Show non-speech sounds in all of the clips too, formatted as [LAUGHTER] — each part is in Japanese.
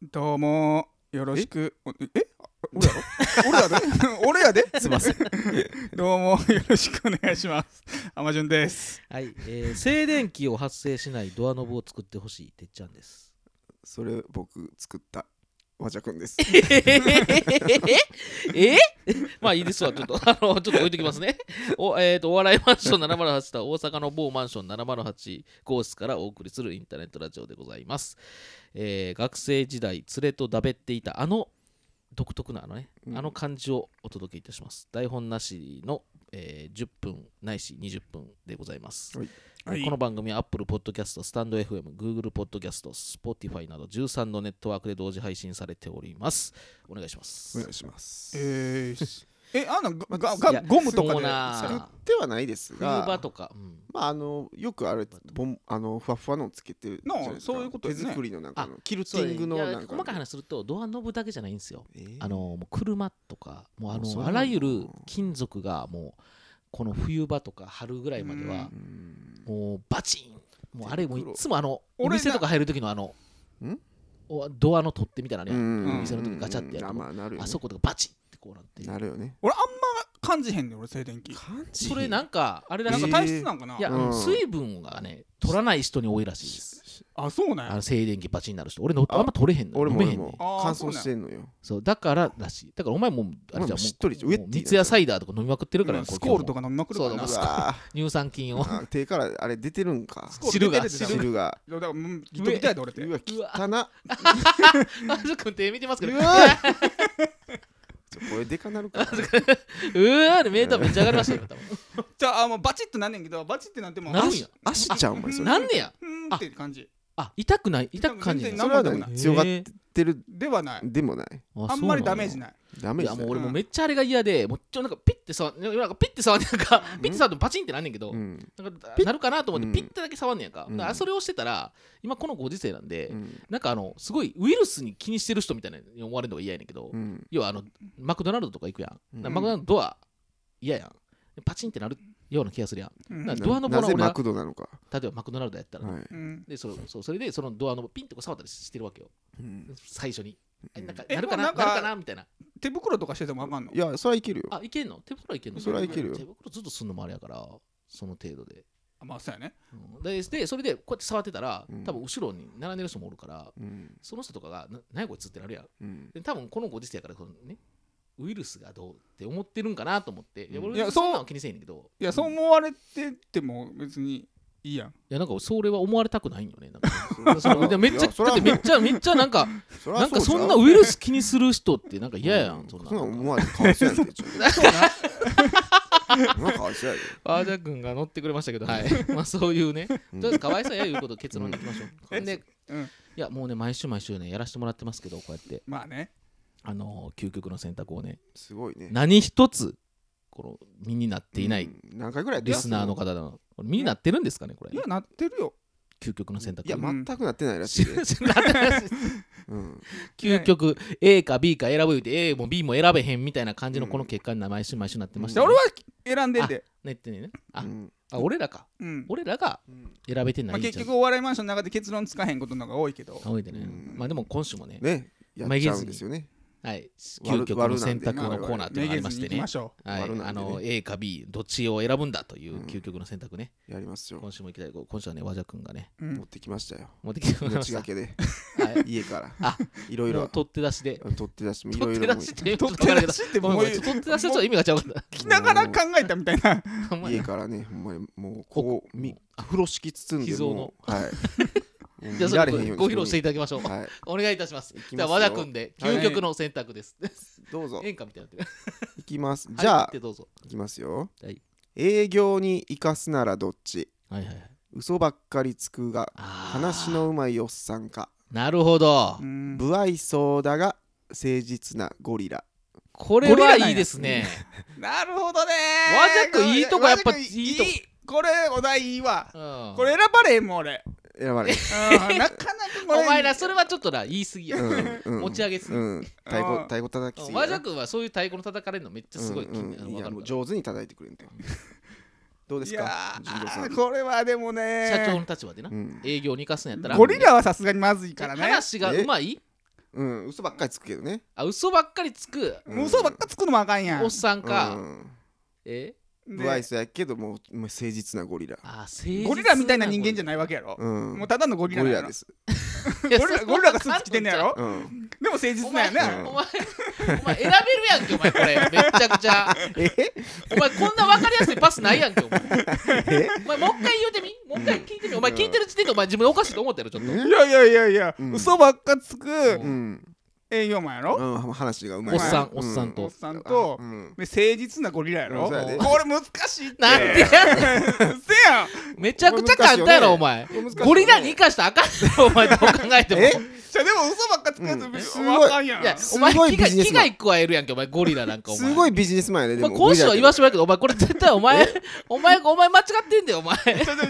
どうもよろしくおえ [LAUGHS] 俺やろ俺やで俺やですいません。どうもよろしくお願いしますアマジュンですはい、えー、静電気を発生しないドアノブを作ってほしいてっちゃんです。それ僕作った和ちゃくんですえ [LAUGHS] え [LAUGHS] まあいいですわ、ちょっと、あの、ちょっと置いときますね。 [LAUGHS] お、えっ、と、お笑いマンション708とは大阪の某マンション708号室からお送りするインターネットラジオでございます。えー学生時代、連れとだべっていたあの独特なあのね、うんあの感じをお届けいたします。台本なしの、えー10分ないし20分でございます。はいこの番組は Apple Podcast、StandFM、Google Podcast、Spotify など13のネットワークで同時配信されております。お願いしまおす。願いします作えー、えあんなんががいがやゴムとそかうでなってはないです冬が場とか、うんまああのよくあれボンあのふわふわのをつけてるなあじゃないですかそういうことよね手作りのなんかあのキルテそうィングのいやなんか細かい話するとドアノブだけじゃないんですよ。えーあのもう車とかもうああそうのなあんだらゆる金属がもうこの冬場とか春ぐらいまではうんもうバチンもうあれもうい手袋つもあのお俺な店とか入る時のあのんおドアの取っ手みたいなのあるやんうんお店の時ガチャってやるとあまあなるよねあそことかバチンってこうなってなるよね俺あんま感じへんねん俺静電気感じそれなんかあれだななんんかか体質なんかな、いや、うん水分がね取らない人に多いらしいですあそうなんあやの静電気バチンになる人俺のああんま取れへんの俺も飲め俺へんねんもあー乾燥してんのよそうだかららしいだからお前もうあれじ俺ゃんもしっとりもうウェッティもーう三ツ矢サイダーとか飲みまくってるからうやんんこれスコールとか飲みまくるからそうなだうもわ乳酸菌 [LAUGHS] を [LAUGHS] ーあ手からあれ出てるんかスコール汁が出てるで [LAUGHS] 汁がだからもうギトギトやで俺ってうわ汚なあずくん手見てますけどううわわ [LAUGHS] ちょこれでかなるからーってメーターめっちゃ上がりましたよ多分じゃああもうバチッとなんねんけどバチッてなってもなるんや足ちゃうお前それなんねやふーんって感じあ痛くない痛く感じな全い然それは何強がっへーてるではないでもないあんまりダメージないダメいーやジもだう俺よもうめっちゃあれが嫌でもうちょっとなんかピッて触んなんかピッて触んねやんかピッて触るとバチンってなんねんけどうんなんかピッなるかなと思うっんてピッてだけ触んねやんか,、うんだからそれをしてたら今このご時世なんで、うんなんかあのすごいウイルスに気にしてる人みたいに思われるのが嫌やねんけど、うん要はあのマクドナルドとか行くやん、うんだからマクドナルドドア嫌やんパチンってなるような気がするやんうんなドアなノブなはぜ俺マはクドなのか例えばマクドナルドやったらね、はいうんでそそうそれでそのドアノブピンとこう触ったりしてるわけようん最初に、えなんかえなるかなもうなんかなるかなみたいな手袋とかしててもあかんのいやそれはいけるよあいけんの手袋はいけんのそれはいけるよ手袋ずっとすんのもあれやからその程度であまあそうやねうんででそれでこうやって触ってたら、うん多分後ろに並んでる人もおるからうんその人とかが「な何やこいつ」ってなるやんうんで多分このご時世やからこの、ね、ウイルスがどうって思ってるんかなと思っていやうん俺いやそんなんは気にせえへんねんけどいやそう思われてても別にいいやんいやなんかそれは思われたくないんよねなん [LAUGHS] かそのでめっちゃいやそれだっはてもうめっちゃめっちゃなんか [LAUGHS] そりなゃんかうじゃそんなウイルス気にする人ってなんか嫌やうんそんなそなんなんんか思われてかわいそうやんてちょっそうなとなんかかわいそうやであーじゃくんが乗ってくれましたけどはい [LAUGHS] まあそういうねとうんりあえずかわいそうやいうことを結論にいきましょう、うんで、うんいやもうね毎週毎週ねやらせてもらってますけどこうやってまあねあのー究極の選択をねすごいね何一つこの身になっていないうん何回ぐらいやってリますスナーの方のこれ身になってるんですかねこれいやなってるよ究極の選択い [LAUGHS] やま全くなってないらししいでなってないうん究極 A か B か選ぶって A も B も選べへんみたいな感じのこの結果に毎週毎週なってましじたゃあね俺は選んでんでねってねあうんあ俺らかうん俺らがうん選べてまなあい結局お笑いマンションの中で結論つかへんことの方が多いけど多いでねうんまあでも今週もねねやっちゃうんですよねはい悪究極の選択のコーナーっていうのがありましにて行きねましょはい悪なあんでねの A か B どっちを選ぶんだといううん究極の選択ねやりますよ今週も行きたい今週はね和田君がねううん持ってきましたよ持ってきてもらいま命したがけではい家から [LAUGHS] あいろいもろう取って出しで取って出しもいろ取っいてろも出うしって取って出しってごめもんうごめん聞取って出しとちょっと意味が違うからきながら考えたみたいなほんま家やからねほんまにもうこうみあ風呂敷包んで秘蔵のもうはいもう [LAUGHS] じゃあ見そられれへんようにご披露していただきましょうはいお願いいたします。いきますよじゃあ、和田君ではい究極の選択です。どうぞ演歌みたいになってる。いきますじゃはい行っあてどうぞ。いきますよはい営業に生かすならどっちはいはいはい。嘘ばっかりつくがあー話。のうまいおっさんかなるほどう。ん不愛想だが誠実なゴリラこれはいいですね。なるほどね和ジャックこれいいとこやっぱ和ジャックいいとここれお題いいわうんこれ選ばれへんもん俺選ばれるうんなかなかこれお前ら、それはちょっとな、言い過ぎや。うんうん持ち上げすぎ。うんうん太鼓あー太鼓叩きすぎや和な田君はそういう太鼓の叩かれるのめっちゃすごい。うんうんあいのわやかるかもうら上手に叩いてく [LAUGHS] れんとどうですいやか純郎さーんこれはでもね社長の立場でなう。ん営業に生かすんやったら。ゴリラはさすがにまずいからね話がうまいうん、嘘ばっかりつくけどね。あ嘘ばっかりつくうん嘘ばっかつくのもあかんやんおっさんか、うんえ不愛で想やけどもうもう誠実なゴリラ。あーゴリラみたいな人間じゃなないいわけやろ、うん。もうただのゴリラゴなんリやラろです。いやゴリラそんなゴリラがスーツ着てんねやろうん。でも誠実おなんや前お前なお前選べるやんけお前これめっちゃくちゃえお前こんな分かりやすいパスないやんけお前えお前もう一回言うてみもう一回聞いてみお前聞いてる時点でお前自分でおかしいと思ってるちょっといやいやいやいや、うん嘘ばっかつくうん。営業マンやうろ、ん、話がうまい。おっさんうおっさんおっとさんと、うん。で誠実なゴリラやろ、うんそうやでこれ難しいってなんでやねんせやんめちゃくちゃ簡単やろお前これ難しいよねゴリラに生かしたらあかんよお前どう考えてもえじゃあでも嘘ばっかつくやつ、うん別にすごいあかんやんいやすおごい前危害ビジネ危スマン害加えるやんけお前ゴリラなんかお前すごいビジネスマンやで、でおも。前講師はゴリ言わラやけしばけどお前これ絶対お前お前お前間違ってんだよお前ちょちょちょちょ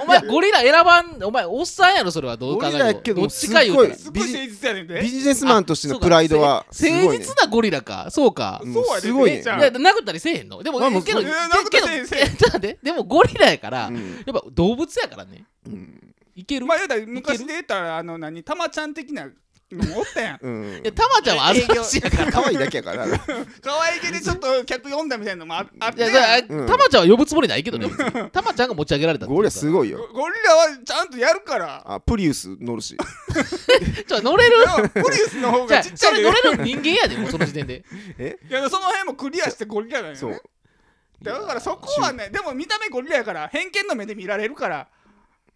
お前ゴリラ選ばんお前おっさんやろそれはどう考えゴリラやてけもどどっちか言うたらすっごい誠実やねんどでビジネスマンとしてのプライドはあすそうごかせいね。誠実なゴリラかそうかうんそうやですごいね姉ちゃいんや殴ったりせえへんのでもあもうけどえけえど殴ったりせえへんせえへ [LAUGHS] んけどででもゴリラやからうやんっぱ動物やからねうんいけるまあ言うたら昔で言ったらあの何たまちゃん的なのもおったやんうんいや、たまちゃんはあるらしいやから。可愛いだけや [LAUGHS] から。 [LAUGHS] 可愛げでちょっと客呼んだみたいなのもああっいてや、だうんたまちゃんは呼ぶつもりないけどね。別にたまちゃんが持ち上げられたっていゴうリかラすごいよ。ゴゴリラはちゃんとやる [LAUGHS] からあ、プリウス乗るし。ちょ、乗れるでもポリウスの方じゃがあちっちゃそいれで乗れる人間やで、もうその時点で。いやその辺もクリアしてゴリラなんよそねう。だからそこはねでも見た目ゴリラやから偏見の目で見られるから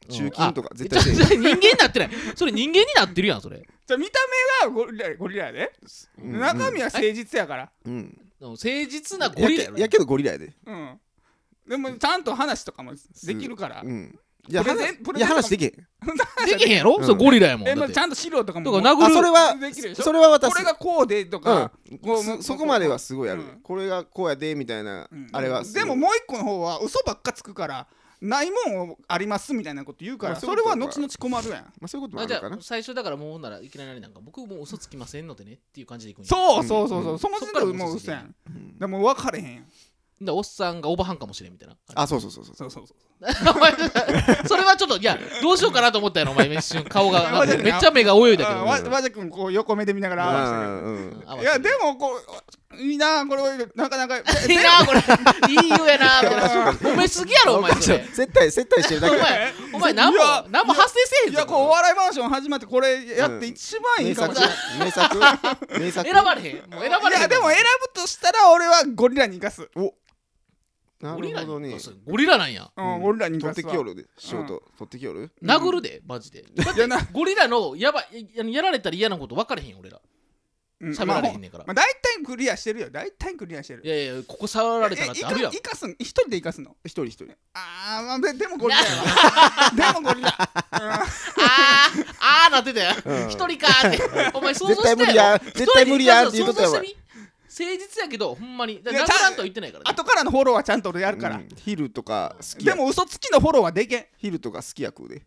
うん中金とかあ絶対せえへんちょちょ人間になってない。それ人間になってるやん、それ。じゃあ見た目がゴリラゴリラやでうん中身は誠実やからうん。うん誠実なゴリラややろけやけどゴリラやで。うんでもちゃんと話とかもできるからうん。いや、プレゼン話プレいゼやントも話できへん。できへんやろうんそれゴリラやもん。えだまっあてちゃんと資料とかもだから殴あ、るそれはできるでし、ょそれは私こ。れがこうでとかこうそこそこまではすごいある、うんこれがこうやでみたいな、うんあれはすごいでももう一個の方は嘘ばっかつくからないもんをありますみたいなこと言うからまあそれはそういうこ後と々や困るやんまあ、そういうこともまああじるゃかあな最初だからもうほんならいきなりなんか僕もう嘘つきませんのでねっていう感じでいくんやだかそうそうそうそううんその時点でもう嘘やんでも分かれへんやんらおっさんがおばはんかもしれんみたいなあそうそうそうそうそうそうそうお前 [LAUGHS] それはちょっといやどうしようかなと思ったやろお前今一瞬顔がなんかめっちゃ目が泳いだけあどわわざ君こう横目で見ながら合わせてるうんうんうん合わせ [LAUGHS] ていやでもこういいなこれなかなか [LAUGHS] いいなこれいいよやなみたいいやな褒めすぎやろお前それ接待接待しておるだけ前お前何もいや何も発生せえへいんぞやこうお笑いマンション始まってこれやって一番い名いかも作しれない、名作名作選ばれへんもう選ばれへんいやでも選ぶとしたら俺はゴリラに生かす、なゴリるラほどねあそうゴリラなんやうんうんゴリラに生取かすってわきよるで仕事、取ってきよる殴るでマジでだっていやなゴリラのやばいややられたら嫌なこと分かれへん俺らうん喋られへんねんからまあ、大体クリアしてるよ大体クリアしてるいやいやここ触られたらってあるやんえいかいかすん一人で生かすの一人一人あー、まあ、ででもゴリラやわ [LAUGHS] でもゴリラあーあーなってたようん一人かーってお前想像して絶対無理や一人で絶対無理やって言うとったよ想像してみ誠実やけどほんまにだいからや殴らんとは言ってないからね後からのフォローはちゃんと俺やるから、うんヒルとか好きでやも嘘つきのフォローはでけんヒルとか好きや食うで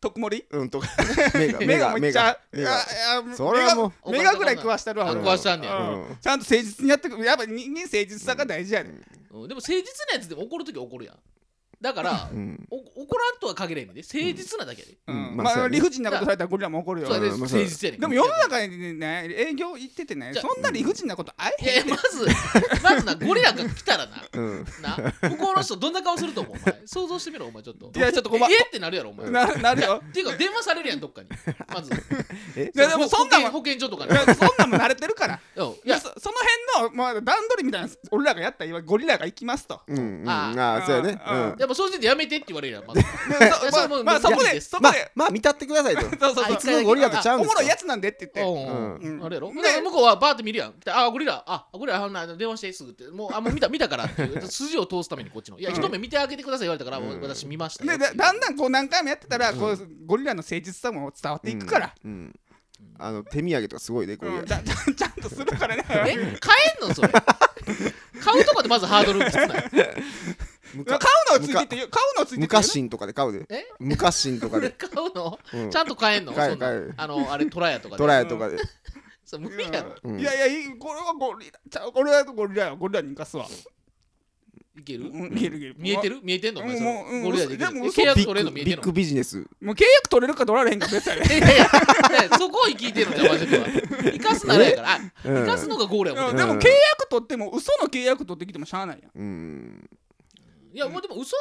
特盛りうんとか目が目目ががめ目っちゃが目があいやそれはもう目が目がぐらい食わしてるわあ俺食わしたんねやううんちゃんと誠実にやってくやっぱ人間誠実さが大事やね、うんでも誠実なやつでも怒るとき怒るやんだからうんお怒らんとは限らへんねんで誠実なだけやで、ううんんうんままああ、そうやね理不尽なことされたらゴリラも怒るよそうやでうんまあ誠そうや実やねんでも世の中にね営業行っててねじゃあそんな理不尽なことあえいへんやいやまずまずなゴリラが来たらなうんな向こうの人どんな顔すると思うお前想像してみろお前ちょっといやちょっとごまええってなるやろお前っななるよていうか電話されるやんどっかにまずえいやでもそんなん保は健保健所とかいにやそんなんも慣れてるからうんいいややそその辺の、まあ、段取りみたいな俺らがやったらゴリラが行きますと。うんうんあああそうやねうあんやっぱ正直でやめてって言われるやんまずでいやそそれもまあまうあ、そこいやでそこまあで、まあ見たってくださいと [LAUGHS] そうそうあそいうつのゴリラとちゃうんおですもかろいやつなんでって言って。うんうんあれやろでだから向こうはバーって見るやん来てあゴリラあゴリラあほんなら電話してすぐってもうあもう見た見たからっていう [LAUGHS] 筋を通すためにこっちのいやうん一目見てあげてください言われたからうん私見ましたよでだだんだんこう何回もやってたら、こうゴリラの誠実さも伝わっていくから、うんうんあの手土産とかすごいでゴリうラんちゃんちゃんちゃんとするからね。 [LAUGHS] え買えんのそれ買うとこでまずハードルきつないむ買かうのついてってよ買うのついてってよね昔んとかで買うでえ昔んとかで買うの、うんちゃんと買えんの買えそんな買えあのあれトラヤとかでドラヤとかでそう無理やろうんうんいやいやいいこれはゴリラちゃうこれはゴリラよゴリラに行かすわいけるうんいけるいける見えてる見えてんのお前それもううんゴリラでいけるでもえ嘘契約ビ取れんの見ッえてグんビッのグビジネスもう契約取れるか取られへんか別やでいやいやいやそこを聞いてんのじゃんマジでは生かすならやからあうん生かすのがゴールやもうんんなでいも契約取っても嘘の契約取ってきてもしゃあないやんうんやもうでも嘘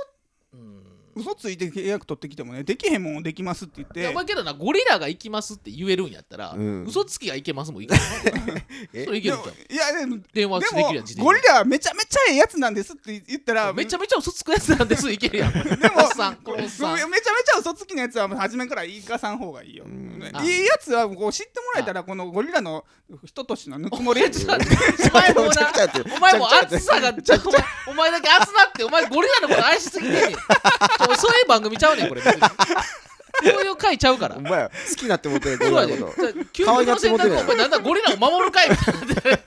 うん嘘ついて契約取ってきてもねできへんもんできますって言っいやてお前けどなゴリラが行きますって言えるんやったら、うん嘘つきが行けますもんいけるそれいでけるもじゃいんやでも電話できるやん自でも転ゴリラはめちゃめちゃええやつなんですって言ったらめちゃゃめちゃ嘘つくやつなんですいけるやんでもおっさんこのおっさんめちゃめちゃ嘘つきのやつはもう初めから言いかさん方がいいよういいんやつはこう知ってもらえたらこのゴリラの人としてのぬくもりいやちょっと待ってお前もめちゃなくちゃやってるお前も熱さがちょっとお前だけ熱なってお前ゴリラのこと愛しすぎてんねんちょそういう番組ちゃうねんこれ別にこういう回ちゃうからお前好きになってもってるゴそリうラやので。こと究極の選択をお前なんだゴリラを守る会みたいになってる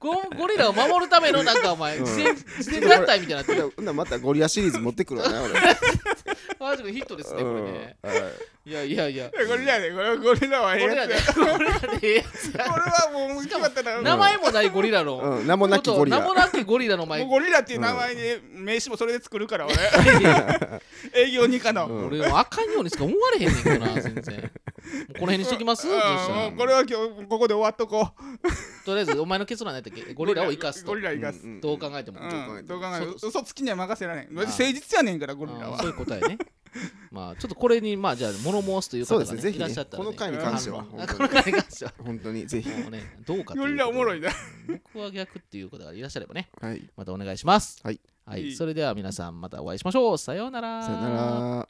ゴゴリラを守るためのなんかお前うん自然自然団体みたいになってるほんならまたゴリラシリーズ持ってくるわな俺マジでヒットですねこれねうんはいいやいやいやゴリラでこれゴリラはゴええリラやつでやゴリラでええやつやこれはもう決まったら名前もないゴリラのうん名もなきゴリラ名もなきゴリラのも前うゴリラっていう名前で名刺もそれで作るから俺 [LAUGHS] 営業二課の、うん俺はあかんようにしか思われへんねんからな全然もうこの辺にしときます、じゃあしたらもうこれは今日ここで終わっとこうとりあえずお前の結論なんだっけゴリラを生かすとゴリラ生かす、うんうんどう考えても、ううんん、どう考えそうる嘘つきには任せられんああ誠実やねんからゴリラあーはそういう答えねまあちょっとこれにまあじゃあ物申すというそ方うが、でねすねぜいひらっねしゃったら、こね、の回に関してはあ本この回に関しては本当にぜひもうねどうかということでゴリラおもろいな僕は逆っていう方がいらっしゃればねはいまたお願いしますはい、はいいいそれでは皆さんまたお会いしましょうさようならさよなら